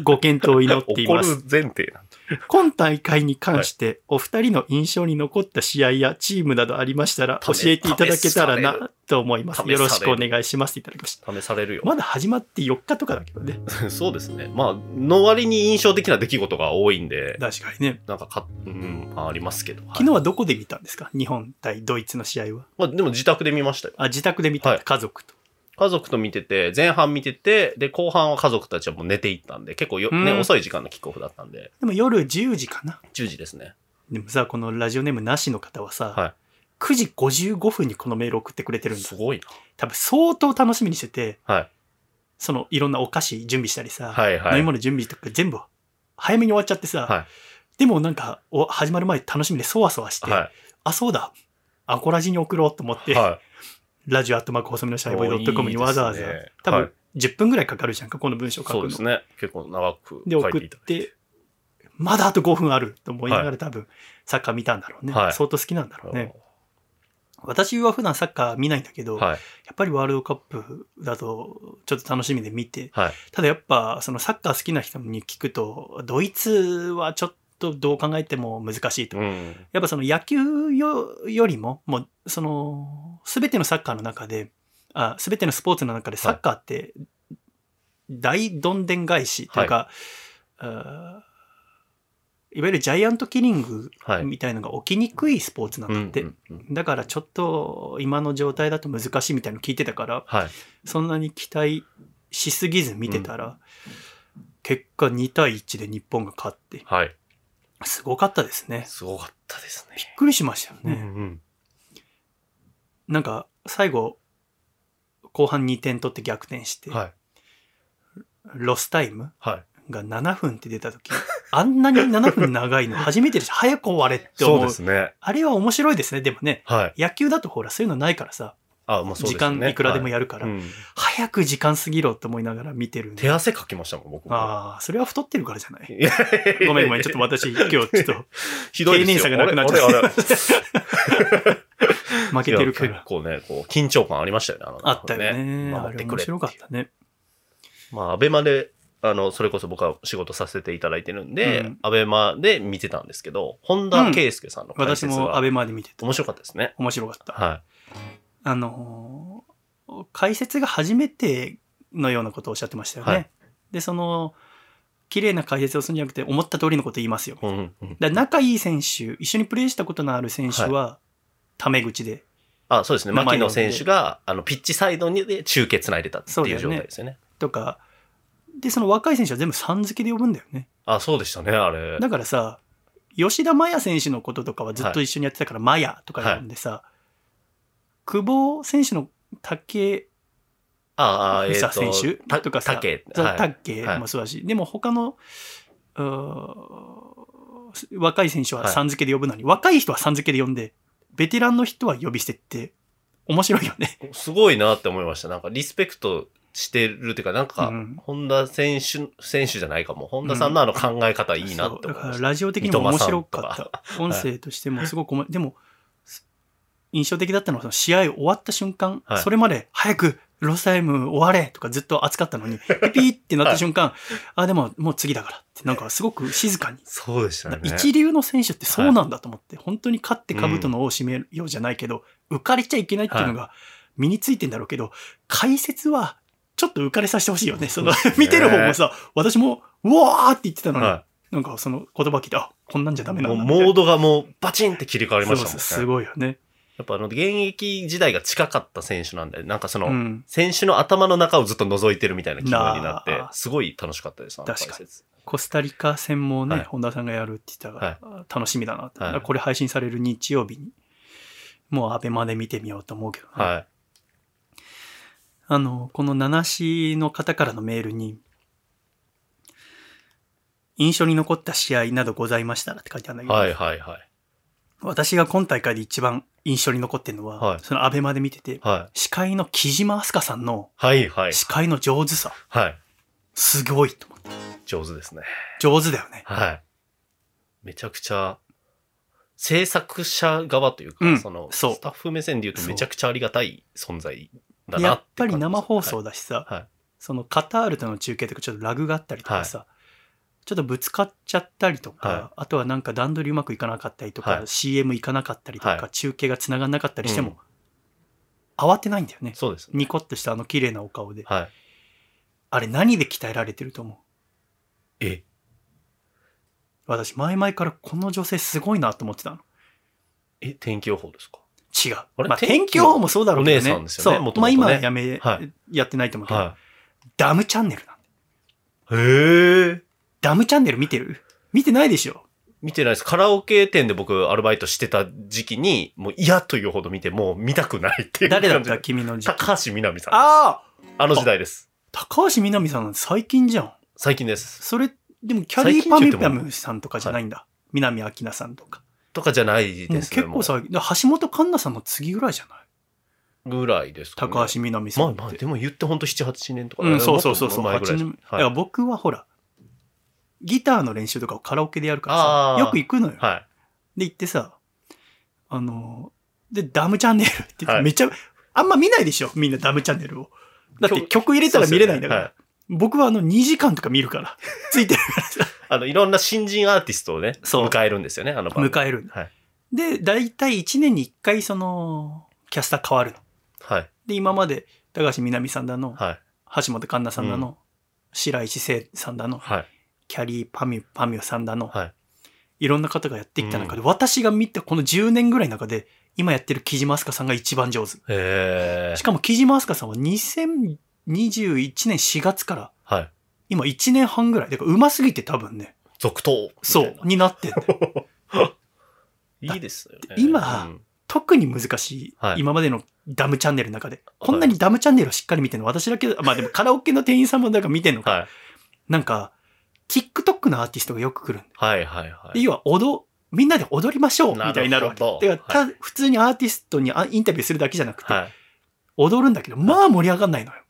[SPEAKER 1] ご検討を祈ってい
[SPEAKER 2] 怒
[SPEAKER 1] ま
[SPEAKER 2] る
[SPEAKER 1] す。
[SPEAKER 2] 前提なんで
[SPEAKER 1] 今大会に関して、お二人の印象に残った試合やチームなどありましたら、教
[SPEAKER 2] 試
[SPEAKER 1] えていただけたら
[SPEAKER 2] 試され
[SPEAKER 1] なと思います。
[SPEAKER 2] 試され
[SPEAKER 1] よ
[SPEAKER 2] る
[SPEAKER 1] ろしくお願いします。いただきました。
[SPEAKER 2] 試されるよ。
[SPEAKER 1] まだ始まって4日とかだけどね。
[SPEAKER 2] [laughs] そうですね。まあ、の割に印象的な出来事が多いんで、
[SPEAKER 1] 確かにね。
[SPEAKER 2] なんかか、うん、まあ、ありますけど。はい
[SPEAKER 1] 昨日はどこで見たんですか日本対ドイツの試合は。
[SPEAKER 2] まあ、でも自宅で見ましたよ。
[SPEAKER 1] あ、自宅で見たんだ、
[SPEAKER 2] はい
[SPEAKER 1] 家族と。
[SPEAKER 2] 家族と見てて、前半見てて、で、後半は家族たちはもう寝ていったんで、結構よ、
[SPEAKER 1] うん
[SPEAKER 2] ね、遅い時間のキックオフだったんで、
[SPEAKER 1] でも夜10時かな。
[SPEAKER 2] 10時ですね。
[SPEAKER 1] でもさ、このラジオネームなしの方はさ、
[SPEAKER 2] は
[SPEAKER 1] 9時55分にこのメール送ってくれてるんだ
[SPEAKER 2] す。ごい
[SPEAKER 1] 多分相当楽しみにしてて、
[SPEAKER 2] な。はい。
[SPEAKER 1] そのいろんなお菓子準備したりさ、
[SPEAKER 2] はいはい
[SPEAKER 1] 飲み物準備とか全部早めに終わっちゃってさ、
[SPEAKER 2] は
[SPEAKER 1] でもなんかお始まる前楽しみでそわそわして、
[SPEAKER 2] は
[SPEAKER 1] あ、そうだ、アコラジに送ろうと思っ
[SPEAKER 2] い。
[SPEAKER 1] て、
[SPEAKER 2] は
[SPEAKER 1] ラジオアットマーク細身のシャイボーイドットコムにわざわざ、
[SPEAKER 2] おーいいですね
[SPEAKER 1] 多分、
[SPEAKER 2] はい
[SPEAKER 1] 10分ぐらいかかるじゃんか、この文章
[SPEAKER 2] い。
[SPEAKER 1] 書く
[SPEAKER 2] そう
[SPEAKER 1] の。
[SPEAKER 2] ですね。結構長く
[SPEAKER 1] で、
[SPEAKER 2] 書
[SPEAKER 1] 送
[SPEAKER 2] いて
[SPEAKER 1] っ
[SPEAKER 2] いただいて。
[SPEAKER 1] て、まだあと5分あると思いながら多分、サッカー見たんだろうね。
[SPEAKER 2] はい
[SPEAKER 1] 相当好きなんだろうね。私は普段サッカー見ないんだけど、
[SPEAKER 2] はい。
[SPEAKER 1] やっぱりワールドカップだとちょっと楽しみで見て、
[SPEAKER 2] はい。
[SPEAKER 1] ただやっぱそのサッカー好きな人に聞くと、ドイツはちょっとどう考えても難しいと。
[SPEAKER 2] うん。
[SPEAKER 1] やっぱその野球よよりも、もうその、すべてのサッカーの中で、すべてのスポーツの中でサッカーって、大どんでん返しというか、あーいわゆるジャイアントキリング
[SPEAKER 2] はい。
[SPEAKER 1] みたいのが起きにくいスポーツなんだって。
[SPEAKER 2] うんうんうん
[SPEAKER 1] だからちょっと今の状態だと難しいみたいの聞いてたから、
[SPEAKER 2] はい。
[SPEAKER 1] そんなに期待しすぎず見てたら、結果2対1で日本が勝って、
[SPEAKER 2] はい。
[SPEAKER 1] すごかったですね。
[SPEAKER 2] すごかったですね
[SPEAKER 1] びっくりしましたよね。
[SPEAKER 2] うんうん。
[SPEAKER 1] なんか最後後半2点取って逆転して、
[SPEAKER 2] はい。
[SPEAKER 1] ロスタイム
[SPEAKER 2] はい。
[SPEAKER 1] が7分って出た時 [laughs] あんなに7分長いの初めてでした早く終われって思う
[SPEAKER 2] ね。
[SPEAKER 1] あれは面白いですねでもね
[SPEAKER 2] はい。
[SPEAKER 1] 野球だとほらそういうのないからさ、
[SPEAKER 2] あ、まあそうですね。
[SPEAKER 1] 時間いくらでも
[SPEAKER 2] や
[SPEAKER 1] やるから、
[SPEAKER 2] うん。
[SPEAKER 1] 早く時間過ぎろと思いながら見てるんで
[SPEAKER 2] 手汗かきましたもん、僕も。
[SPEAKER 1] ああそれは太ってるからじゃない
[SPEAKER 2] いやいやいや
[SPEAKER 1] ごめんごめんちょっと私今日ちょっと
[SPEAKER 2] [laughs] ひど
[SPEAKER 1] 丁
[SPEAKER 2] いですよ。
[SPEAKER 1] 寧さがなくなっちゃった
[SPEAKER 2] あれあれあれ
[SPEAKER 1] 負けてるか
[SPEAKER 2] いや
[SPEAKER 1] ら
[SPEAKER 2] 結構ね、こう、緊張感ありましたよね、あの
[SPEAKER 1] あったよねあ
[SPEAKER 2] 守っ
[SPEAKER 1] れ
[SPEAKER 2] てく
[SPEAKER 1] 面
[SPEAKER 2] れていう
[SPEAKER 1] 白かったね
[SPEAKER 2] まあ、アベマで、あの、それこそ僕は仕事させていただいてるんで、
[SPEAKER 1] うん
[SPEAKER 2] アベマで見てたんですけど、本田圭佑さんの解
[SPEAKER 1] 私
[SPEAKER 2] 説が、
[SPEAKER 1] もアベマで見てた
[SPEAKER 2] 面白かったですね。
[SPEAKER 1] 面白かった
[SPEAKER 2] は
[SPEAKER 1] あのー解説が初めてのようなことをおっしゃってましたよね。
[SPEAKER 2] はい
[SPEAKER 1] で、その、綺麗な解説をするんじゃなくて、思った通りのこと言いますよ。
[SPEAKER 2] い。うんう
[SPEAKER 1] だ
[SPEAKER 2] ん。
[SPEAKER 1] から仲いい選手、一緒にプレーしたことのある選手は、タメ口で。
[SPEAKER 2] あ、そうですね。
[SPEAKER 1] 名前呼
[SPEAKER 2] 牧
[SPEAKER 1] ん
[SPEAKER 2] 野
[SPEAKER 1] で
[SPEAKER 2] 選手が、あの、ピッチサイドにで中継繋いでたって
[SPEAKER 1] そうだ
[SPEAKER 2] い
[SPEAKER 1] よ
[SPEAKER 2] う
[SPEAKER 1] ね
[SPEAKER 2] 状態ですよね。
[SPEAKER 1] とか、で、その若い選手は全部さん付けで呼ぶんだよね。
[SPEAKER 2] あ、そうでしたね、あれ。
[SPEAKER 1] だからさ、吉田麻也選手のこととかはずっと一緒にやってたから、麻也とか呼んでさ、久保選手の竹
[SPEAKER 2] ああ、えっ、
[SPEAKER 1] さ
[SPEAKER 2] と、
[SPEAKER 1] 選手
[SPEAKER 2] た
[SPEAKER 1] とかさ、
[SPEAKER 2] 竹
[SPEAKER 1] そう
[SPEAKER 2] はい
[SPEAKER 1] タッケーもそうだし、でも他の、うー若い選手は
[SPEAKER 2] はい
[SPEAKER 1] さん付けで呼ぶのに、若い人はさん付けで呼んで、ベテランの人は呼び捨てって、面白いよね。
[SPEAKER 2] すごいなって思いました。なんかリスペクトしてるっていうか、なんか、
[SPEAKER 1] うん
[SPEAKER 2] 本田選手、選手じゃないかも。本田さんのあの考え方いいなっ
[SPEAKER 1] そう
[SPEAKER 2] て
[SPEAKER 1] だ
[SPEAKER 2] 思い
[SPEAKER 1] か
[SPEAKER 2] ま
[SPEAKER 1] ら
[SPEAKER 2] し
[SPEAKER 1] ラジオ的にも面白
[SPEAKER 2] 三笘さ
[SPEAKER 1] か
[SPEAKER 2] ん
[SPEAKER 1] った。音声としてもすごくおも、でも、す印象的だったのは、その試合終わった瞬間、
[SPEAKER 2] はい
[SPEAKER 1] それまで早く、ロスタイム終われとかずっと熱かったのに、ピピーってなった瞬間、あ、でももう次だからって、なんかすごく静かに
[SPEAKER 2] た。そうでしたね。
[SPEAKER 1] 一流の選手ってそうなんだと思って、本当に勝って兜の尾を締めようじゃないけど、浮かれちゃいけないっていうのが身についてんだろうけど、解説はちょっと浮かれさせてほしいよね。その、
[SPEAKER 2] そうですね
[SPEAKER 1] [laughs] 見てる方もさ、私も、うわーって言ってたのに、
[SPEAKER 2] は
[SPEAKER 1] なんかその言葉聞いて、あ、こんなんじゃダ
[SPEAKER 2] い。
[SPEAKER 1] メな
[SPEAKER 2] もうん
[SPEAKER 1] だ
[SPEAKER 2] モードがもうバチンって切り替わりましたもん
[SPEAKER 1] そう
[SPEAKER 2] ね。
[SPEAKER 1] すごいよね。
[SPEAKER 2] やっぱあの、現役時代が近かった選手なんで、なんかその、
[SPEAKER 1] うん。
[SPEAKER 2] 選手の頭の中をずっと覗いてるみたいな気分になって
[SPEAKER 1] なあ、
[SPEAKER 2] すごい楽しかったです。あの
[SPEAKER 1] 確かに
[SPEAKER 2] 解説
[SPEAKER 1] コスタリカ戦もね、
[SPEAKER 2] はい
[SPEAKER 1] 本田さんがやるって言ってたから、楽しみだなって。
[SPEAKER 2] はい
[SPEAKER 1] だからこれ配信される日曜日に、もうアベマで見てみようと思うけどね。
[SPEAKER 2] はい。
[SPEAKER 1] あの、この七市の方からのメールに、印象に残った試合などございましたらって書いてあるんだけど、
[SPEAKER 2] はいはいはい。
[SPEAKER 1] 私が今大会で一番印象に残ってるのは、
[SPEAKER 2] はい
[SPEAKER 1] そのアベマで見てて、
[SPEAKER 2] はい。
[SPEAKER 1] 司会の木島明日香さんの
[SPEAKER 2] はいはい。
[SPEAKER 1] 司会の上手さ、
[SPEAKER 2] はい。
[SPEAKER 1] すごいと思って。
[SPEAKER 2] 上手ですね。
[SPEAKER 1] 上手だよね。
[SPEAKER 2] はい。めちゃくちゃ、制作者側というか、
[SPEAKER 1] うん
[SPEAKER 2] その、
[SPEAKER 1] そう
[SPEAKER 2] スタッフ目線で言うと
[SPEAKER 1] そう
[SPEAKER 2] めちゃくちゃありがたい存在だ
[SPEAKER 1] で
[SPEAKER 2] な
[SPEAKER 1] や
[SPEAKER 2] っ
[SPEAKER 1] ってぱ
[SPEAKER 2] 感
[SPEAKER 1] り
[SPEAKER 2] じです
[SPEAKER 1] 生放送だしさ、
[SPEAKER 2] はいはい
[SPEAKER 1] そのカタールとの中継とかちょっとラグがあったりとかさ、ちょっとぶつかっちゃったりとか、
[SPEAKER 2] は
[SPEAKER 1] あとはなんか段取りうまくいかなかったりとか、
[SPEAKER 2] はい
[SPEAKER 1] CM いかなかったりとか、
[SPEAKER 2] は
[SPEAKER 1] 中継がつながんなかったりしても、
[SPEAKER 2] うん
[SPEAKER 1] 慌てないんだよね。
[SPEAKER 2] そうですね。
[SPEAKER 1] ニコッとしたあの綺麗なお顔で。
[SPEAKER 2] はい。
[SPEAKER 1] あれ何で鍛えられてると思う
[SPEAKER 2] え、
[SPEAKER 1] 私前々からこの女性すごいなと思ってたの。
[SPEAKER 2] え、天気予報ですか
[SPEAKER 1] 違
[SPEAKER 2] あ
[SPEAKER 1] う。
[SPEAKER 2] れ
[SPEAKER 1] まあ
[SPEAKER 2] 天気
[SPEAKER 1] 天気予報もそうだろうけどね。
[SPEAKER 2] お姉さんですよね
[SPEAKER 1] そう。
[SPEAKER 2] 元
[SPEAKER 1] まあ
[SPEAKER 2] 々ね
[SPEAKER 1] 今はやめ、
[SPEAKER 2] はい
[SPEAKER 1] やってないと思うけど、
[SPEAKER 2] は
[SPEAKER 1] ダムチャンネルなんだよ
[SPEAKER 2] い。へえ。
[SPEAKER 1] ダムチャンネル見てる見てないでしょ
[SPEAKER 2] 見てないです。カラオケ店で僕、アルバイトしてた時期に、もう嫌というほど見て、もう見たくないっていう感
[SPEAKER 1] 誰
[SPEAKER 2] じで。
[SPEAKER 1] だった君の時期。
[SPEAKER 2] 高橋みなみさんです。
[SPEAKER 1] ああ
[SPEAKER 2] あの時代です。
[SPEAKER 1] 高橋みなみさんなんて最近じゃん。
[SPEAKER 2] 最近です。
[SPEAKER 1] それ、でもキャリー
[SPEAKER 2] 最近
[SPEAKER 1] パ
[SPEAKER 2] って
[SPEAKER 1] ミ
[SPEAKER 2] 言って
[SPEAKER 1] ュ
[SPEAKER 2] も
[SPEAKER 1] パミュさんとかじゃないんだ。南明菜さんとか。
[SPEAKER 2] とかじゃない
[SPEAKER 1] もう
[SPEAKER 2] ですね。
[SPEAKER 1] 結構
[SPEAKER 2] も
[SPEAKER 1] 最近。だから橋本環奈さんの次ぐらいじゃないう
[SPEAKER 2] ぐらいですかね。
[SPEAKER 1] 高橋みなみさ
[SPEAKER 2] ま
[SPEAKER 1] ん
[SPEAKER 2] あ
[SPEAKER 1] っ
[SPEAKER 2] まあ、
[SPEAKER 1] て。
[SPEAKER 2] でも言ってほんと7、8年とか。
[SPEAKER 1] うん、そうそうそうそう。
[SPEAKER 2] もっと前ぐら
[SPEAKER 1] 8
[SPEAKER 2] いです
[SPEAKER 1] 年だか
[SPEAKER 2] はい
[SPEAKER 1] ら僕はほら、ギターの練習とかをカラオケでやるから
[SPEAKER 2] あ
[SPEAKER 1] さ、
[SPEAKER 2] ー
[SPEAKER 1] よく行くのよ。
[SPEAKER 2] はい。
[SPEAKER 1] で、行ってさ、あの、で、ダムチャンネルって言って、
[SPEAKER 2] はい
[SPEAKER 1] めっちゃ、あんま見ないでしょみんなダムチャンネルを。だって曲入れたら見れないんだから。
[SPEAKER 2] そうですよね
[SPEAKER 1] 僕はあの2時間とか見るから、つ
[SPEAKER 2] [laughs]
[SPEAKER 1] いてるからさ、
[SPEAKER 2] はいあの、いろんな新人アーティストをね、
[SPEAKER 1] そう
[SPEAKER 2] 迎えるんですよね、あの番組。
[SPEAKER 1] 迎えるんだ。
[SPEAKER 2] はい。
[SPEAKER 1] で、だいたい1年に1回その、キャスター変わるの。
[SPEAKER 2] はい。
[SPEAKER 1] で、今まで高橋みなみさんだの、
[SPEAKER 2] はい。
[SPEAKER 1] 橋本環奈さんだの、白石聖さんだの、
[SPEAKER 2] はい。
[SPEAKER 1] キャリーパミュパミュさんだの、
[SPEAKER 2] はい。
[SPEAKER 1] いろんな方がやってきた中で、私が見たこの10年ぐらいの中で、今やってる木島明日香さんが一番上手。
[SPEAKER 2] え
[SPEAKER 1] しかも木島明日香さんは2021年4月から、
[SPEAKER 2] はい。
[SPEAKER 1] 今1年半ぐらい。だから上手すぎて多分ね、
[SPEAKER 2] 続投。
[SPEAKER 1] そう、になってんだ
[SPEAKER 2] [laughs]
[SPEAKER 1] よ
[SPEAKER 2] いいですよね。
[SPEAKER 1] 今
[SPEAKER 2] うん
[SPEAKER 1] 特に難しい,、
[SPEAKER 2] はい
[SPEAKER 1] 今までのダムチャンネルの中で。こんなにダムチャンネルをしっかり見てるの私だけ、まあでもカラオケの店員さんもなんか見てんのか。
[SPEAKER 2] はい。
[SPEAKER 1] なんか、TikTok のアーティストがよく来るんだよ
[SPEAKER 2] はいはいは
[SPEAKER 1] で
[SPEAKER 2] い。
[SPEAKER 1] 要は踊、みんなで踊りましょうみ
[SPEAKER 2] なるほど
[SPEAKER 1] たいになるわけ。だから、た普通にアーティストにあインタビューするだけじゃなくて、
[SPEAKER 2] はい。
[SPEAKER 1] 踊るんだけど、まあ盛り上がんない
[SPEAKER 2] [laughs]
[SPEAKER 1] のよ。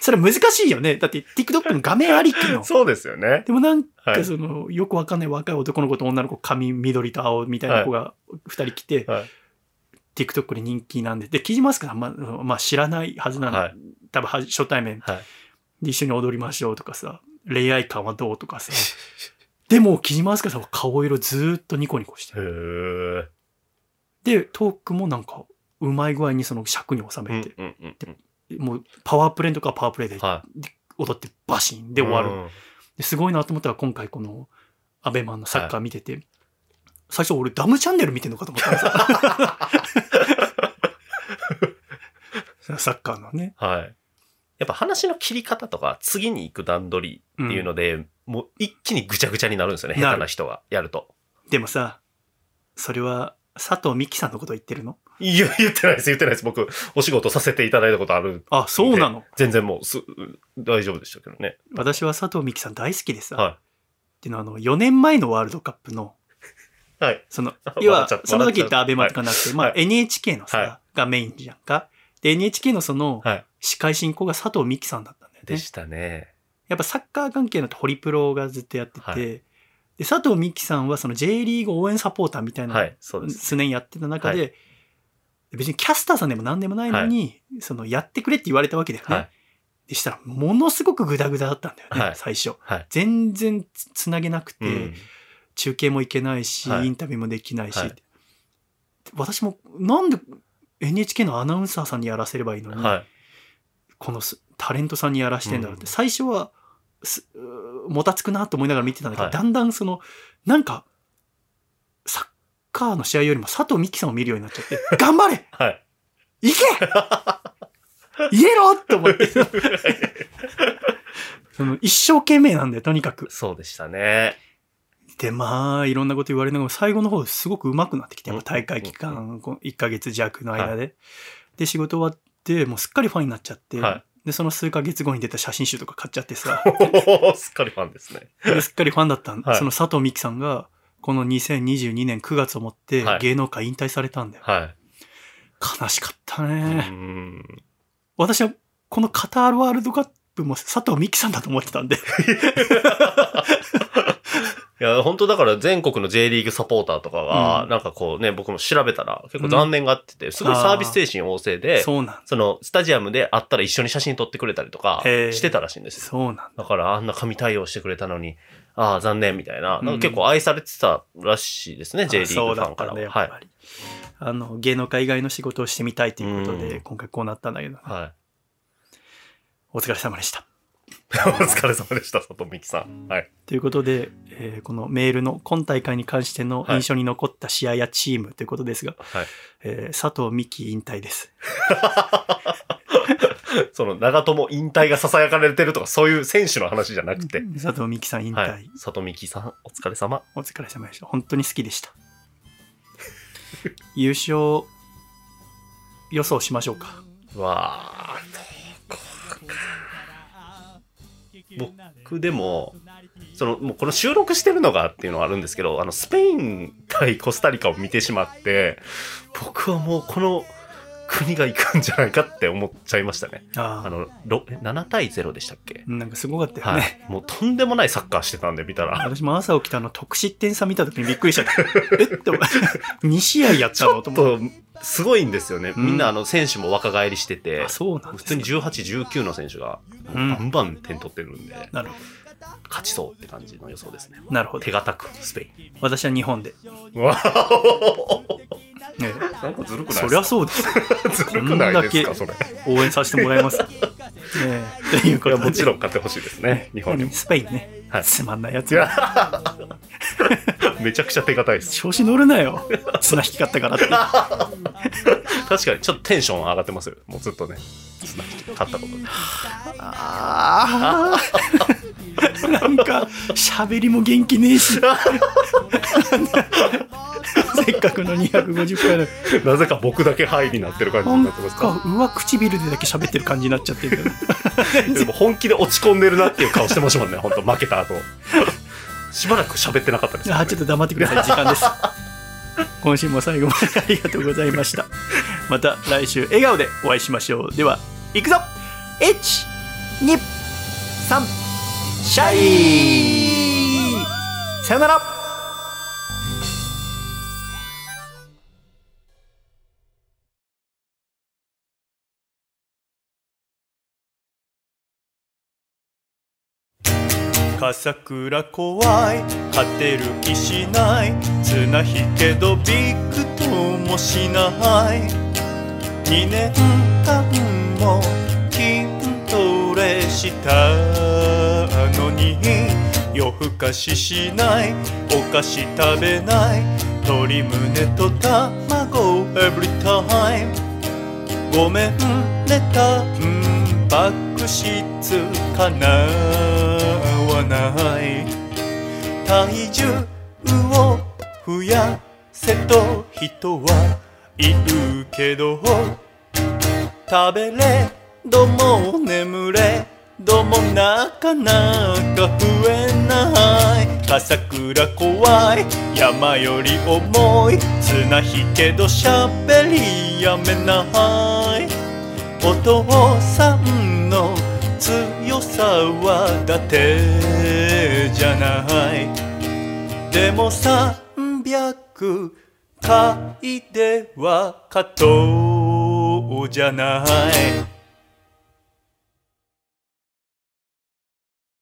[SPEAKER 1] それ難しいよね。だって TikTok の画面ありきの。
[SPEAKER 2] [laughs] そうですよね。
[SPEAKER 1] でもなん
[SPEAKER 2] は
[SPEAKER 1] か
[SPEAKER 2] い。
[SPEAKER 1] その、よくわかんない若い男の子と女の子、髪緑と青みたいな子が二人来て、
[SPEAKER 2] はい
[SPEAKER 1] TikTok で人気なんで、で、キジマスクさん、まあ、まあ知らないはずなんで、
[SPEAKER 2] はい
[SPEAKER 1] 多分は初対面
[SPEAKER 2] はい。
[SPEAKER 1] で一緒に踊りましょうとかさ、恋愛感はどうと
[SPEAKER 2] [laughs]
[SPEAKER 1] かさ。でも、キジマスクさんは顔色ずーっとニコニコして
[SPEAKER 2] へー
[SPEAKER 1] で、トークもなんか、うまい具合にその尺に収
[SPEAKER 2] うん
[SPEAKER 1] めて、
[SPEAKER 2] うんうんうん
[SPEAKER 1] もうパワープレイとかはパワープレイで
[SPEAKER 2] はい。
[SPEAKER 1] 踊ってバシンで終わる。
[SPEAKER 2] うん。
[SPEAKER 1] ですごいなと思ったら今回この、アベマンのサッカー見てて、最初俺ダムチャンネル見てんのかと思ったんです
[SPEAKER 2] [laughs]
[SPEAKER 1] よサッカーのね。
[SPEAKER 2] はい。やっぱ話の切り方とか、次に行く段取りっていうので、もう一気にぐちゃぐちゃになるんですよね、
[SPEAKER 1] なる
[SPEAKER 2] 下手な人がやると。
[SPEAKER 1] でもさ、それは佐藤美希さんのこと言ってるの
[SPEAKER 2] いや、言ってないです、言ってないです。僕、お仕事させていただいたことある。
[SPEAKER 1] あ、そうなの。
[SPEAKER 2] 全然もうす、大丈夫でしたけどね。
[SPEAKER 1] 私は佐藤美希さん大好きでさ、
[SPEAKER 2] は
[SPEAKER 1] っていうのはあの、4年前のワールドカップの、
[SPEAKER 2] い。はい。
[SPEAKER 1] その
[SPEAKER 2] [laughs] 笑、
[SPEAKER 1] 要
[SPEAKER 2] っ
[SPEAKER 1] は
[SPEAKER 2] ちゃっ、た
[SPEAKER 1] その時言ったアベマとかなくて、まあ
[SPEAKER 2] は
[SPEAKER 1] NHK の
[SPEAKER 2] は
[SPEAKER 1] さ、がメインじゃんか。で、NHK のその
[SPEAKER 2] はい、
[SPEAKER 1] 司会進行が佐藤美希さんだったんだよ
[SPEAKER 2] で
[SPEAKER 1] ね。
[SPEAKER 2] したね。
[SPEAKER 1] やっぱサッカー関係のとホリプロがずっとやってて、
[SPEAKER 2] はい
[SPEAKER 1] で、佐藤美希さんはその J リーグ応援サポーターみたいな、
[SPEAKER 2] はい、そうです。
[SPEAKER 1] 常にやってた中で、別にキャスターさんでも何でもないのに、その、やってくれって言われたわけだよね。
[SPEAKER 2] はい
[SPEAKER 1] でしたら、ものすごくグダグダだったんだよね、
[SPEAKER 2] はい
[SPEAKER 1] 最初。
[SPEAKER 2] はい
[SPEAKER 1] 全然つつなげなくて、
[SPEAKER 2] うん。
[SPEAKER 1] 中継も行けないし、
[SPEAKER 2] はい
[SPEAKER 1] インタビューもできないし、
[SPEAKER 2] はい
[SPEAKER 1] 私もなんで NHK のアナウンサーさんにやらせればいいのに、
[SPEAKER 2] はい。
[SPEAKER 1] このすタレントさんにやらしてんだろうって、最初はすうーもたつくなと思いながら見てたんだけど、
[SPEAKER 2] はい
[SPEAKER 1] だんだんそのなんかサッカーの試合よりも佐藤美希さんを見るようになっちゃって「頑張れ
[SPEAKER 2] はい。
[SPEAKER 1] 行け [laughs] 言えろ!」と思ってその一生懸命なんだよとにかく。
[SPEAKER 2] そうでしたね。
[SPEAKER 1] でまあいろんなこと言われながら最後の方すごく上手くなってきてやっぱ大会期間こう1ヶ月弱の間で、で仕事終わってもうすっかりファンになっちゃって、
[SPEAKER 2] は
[SPEAKER 1] でその数ヶ月後に出た写真集とか買っちゃって
[SPEAKER 2] [laughs]
[SPEAKER 1] さ
[SPEAKER 2] おーすっかりファンですね。
[SPEAKER 1] ですっかりファンだったん、
[SPEAKER 2] はい
[SPEAKER 1] その佐藤美希さんがこの2022年9月をもって
[SPEAKER 2] はい
[SPEAKER 1] 芸能界引退されたんだよ、
[SPEAKER 2] は
[SPEAKER 1] 悲しかったね、
[SPEAKER 2] い。うん。
[SPEAKER 1] 私はこのカタールワールドカップも佐藤美希さんだと思ってたんで
[SPEAKER 2] いや、本当だから全国の J リーグサポーターとかが、
[SPEAKER 1] うん
[SPEAKER 2] なんかこうね、僕も調べたら結構残念があってて、すごいサービス精神旺盛で、そ
[SPEAKER 1] そうなん
[SPEAKER 2] の、スタジアムで会ったら一緒に写真撮ってくれたりとか
[SPEAKER 1] へー
[SPEAKER 2] してたらしいんですよ。
[SPEAKER 1] そうなん
[SPEAKER 2] だからあんな神対応してくれたのに、ああ、残念みたいな、なんか結構愛されてたらしいですね、J リーグファンから
[SPEAKER 1] ね
[SPEAKER 2] は。はい。
[SPEAKER 1] あの芸能界以外の仕事をしてみたいということで、
[SPEAKER 2] うん
[SPEAKER 1] 今回こうなったんだけど、
[SPEAKER 2] はい。 [laughs]
[SPEAKER 1] お疲れ様でした。
[SPEAKER 2] お疲れ様でした、佐藤美希さん。はい。
[SPEAKER 1] ということで、えーこのメールの今大会に関しての
[SPEAKER 2] はい
[SPEAKER 1] 印象に残った試合やチームということですが、
[SPEAKER 2] はい。
[SPEAKER 1] えー佐藤美希引退です。
[SPEAKER 2] その、長友引退が囁かれてるとか、そういう選手の話じゃなくて。
[SPEAKER 1] 佐藤美希さん引退、
[SPEAKER 2] はい。佐藤美希さん、お疲れ様。
[SPEAKER 1] お疲れ様でした。本当に好きでした。 [laughs] 優勝予想しましょうか。
[SPEAKER 2] わあ、僕でも、その、もうこの収録してるのがっていうのはあるんですけど、あの、スペイン対コスタリカを見てしまって、僕はもうこの国が行くんじゃないかって思っちゃいましたね。
[SPEAKER 1] あ
[SPEAKER 2] あ
[SPEAKER 1] あ
[SPEAKER 2] の、ろ7対0でしたっけ
[SPEAKER 1] なんかすごかったよ
[SPEAKER 2] は
[SPEAKER 1] ね、
[SPEAKER 2] い。もうとんでもないサッカーしてたんで見たら、
[SPEAKER 1] 私も朝起きたの得失点差見た時にびっくりしちゃっ
[SPEAKER 2] [laughs]
[SPEAKER 1] た。えっと、2試合やったのと思って。
[SPEAKER 2] と、すごいんですよね。
[SPEAKER 1] うん
[SPEAKER 2] みんなあの、選手も若返りしてて
[SPEAKER 1] あ、そうなん
[SPEAKER 2] 普
[SPEAKER 1] です
[SPEAKER 2] 通
[SPEAKER 1] ね
[SPEAKER 2] に18、19の選手が、
[SPEAKER 1] う
[SPEAKER 2] バ
[SPEAKER 1] ん
[SPEAKER 2] ンバン点取ってるんで、
[SPEAKER 1] なるほ
[SPEAKER 2] 勝ちそうって感じの予想ですね。
[SPEAKER 1] ど。なるほど
[SPEAKER 2] 手。堅く、スペイ
[SPEAKER 1] 私は日本で。
[SPEAKER 2] ン。わお [laughs]
[SPEAKER 1] ね
[SPEAKER 2] なんかずるくない
[SPEAKER 1] そ
[SPEAKER 2] で
[SPEAKER 1] りゃ
[SPEAKER 2] すか
[SPEAKER 1] そうですよ。
[SPEAKER 2] [laughs] ずるくないですか、
[SPEAKER 1] こ
[SPEAKER 2] そ
[SPEAKER 1] ん
[SPEAKER 2] れ。
[SPEAKER 1] 応援させてもらい
[SPEAKER 2] [laughs]
[SPEAKER 1] ます。ねえというこ
[SPEAKER 2] い
[SPEAKER 1] と
[SPEAKER 2] や、
[SPEAKER 1] で。
[SPEAKER 2] もちろん勝ってほしいですね、日本にも。
[SPEAKER 1] スペインね。
[SPEAKER 2] はい
[SPEAKER 1] つまんないやつ
[SPEAKER 2] い。や [laughs] めちゃくちゃ手堅いです。
[SPEAKER 1] 調子乗るなよ。綱引き勝ったからって。
[SPEAKER 2] 確かに、ちょっとテンション上がってますよ。もうずっとね。勝ったことで。
[SPEAKER 1] ああ。なんか、喋りも元気ねえし。せっかくの250回の。
[SPEAKER 2] なぜか僕だけハイになってる感じ
[SPEAKER 1] な
[SPEAKER 2] に
[SPEAKER 1] ん
[SPEAKER 2] なってます
[SPEAKER 1] か
[SPEAKER 2] か
[SPEAKER 1] 上唇でだけ喋ってる感じになっちゃってるけど
[SPEAKER 2] ら。でも本気で落ち込んでるなっていう顔してましたもんね、本当負けた後。しばらく喋ってなかったです、
[SPEAKER 1] あーちょっと黙ってください時間です今週も最後までありがとうございましたまた来週笑顔でお会いしましょうではいくぞ123シャイさよなら笠倉怖い勝てる気しない綱引けどびくともしない2年間も筋トレしたのに夜更かししないお菓子食べない鶏胸と卵 every time ごめんねたんぱく質かなわない体重を増やせと人はいるけど食べれども眠れどもなかなか増えない笠倉怖い山より重い綱引けどしゃべりやめないお父さんの強さはだてじゃないでも300回では勝とうじゃない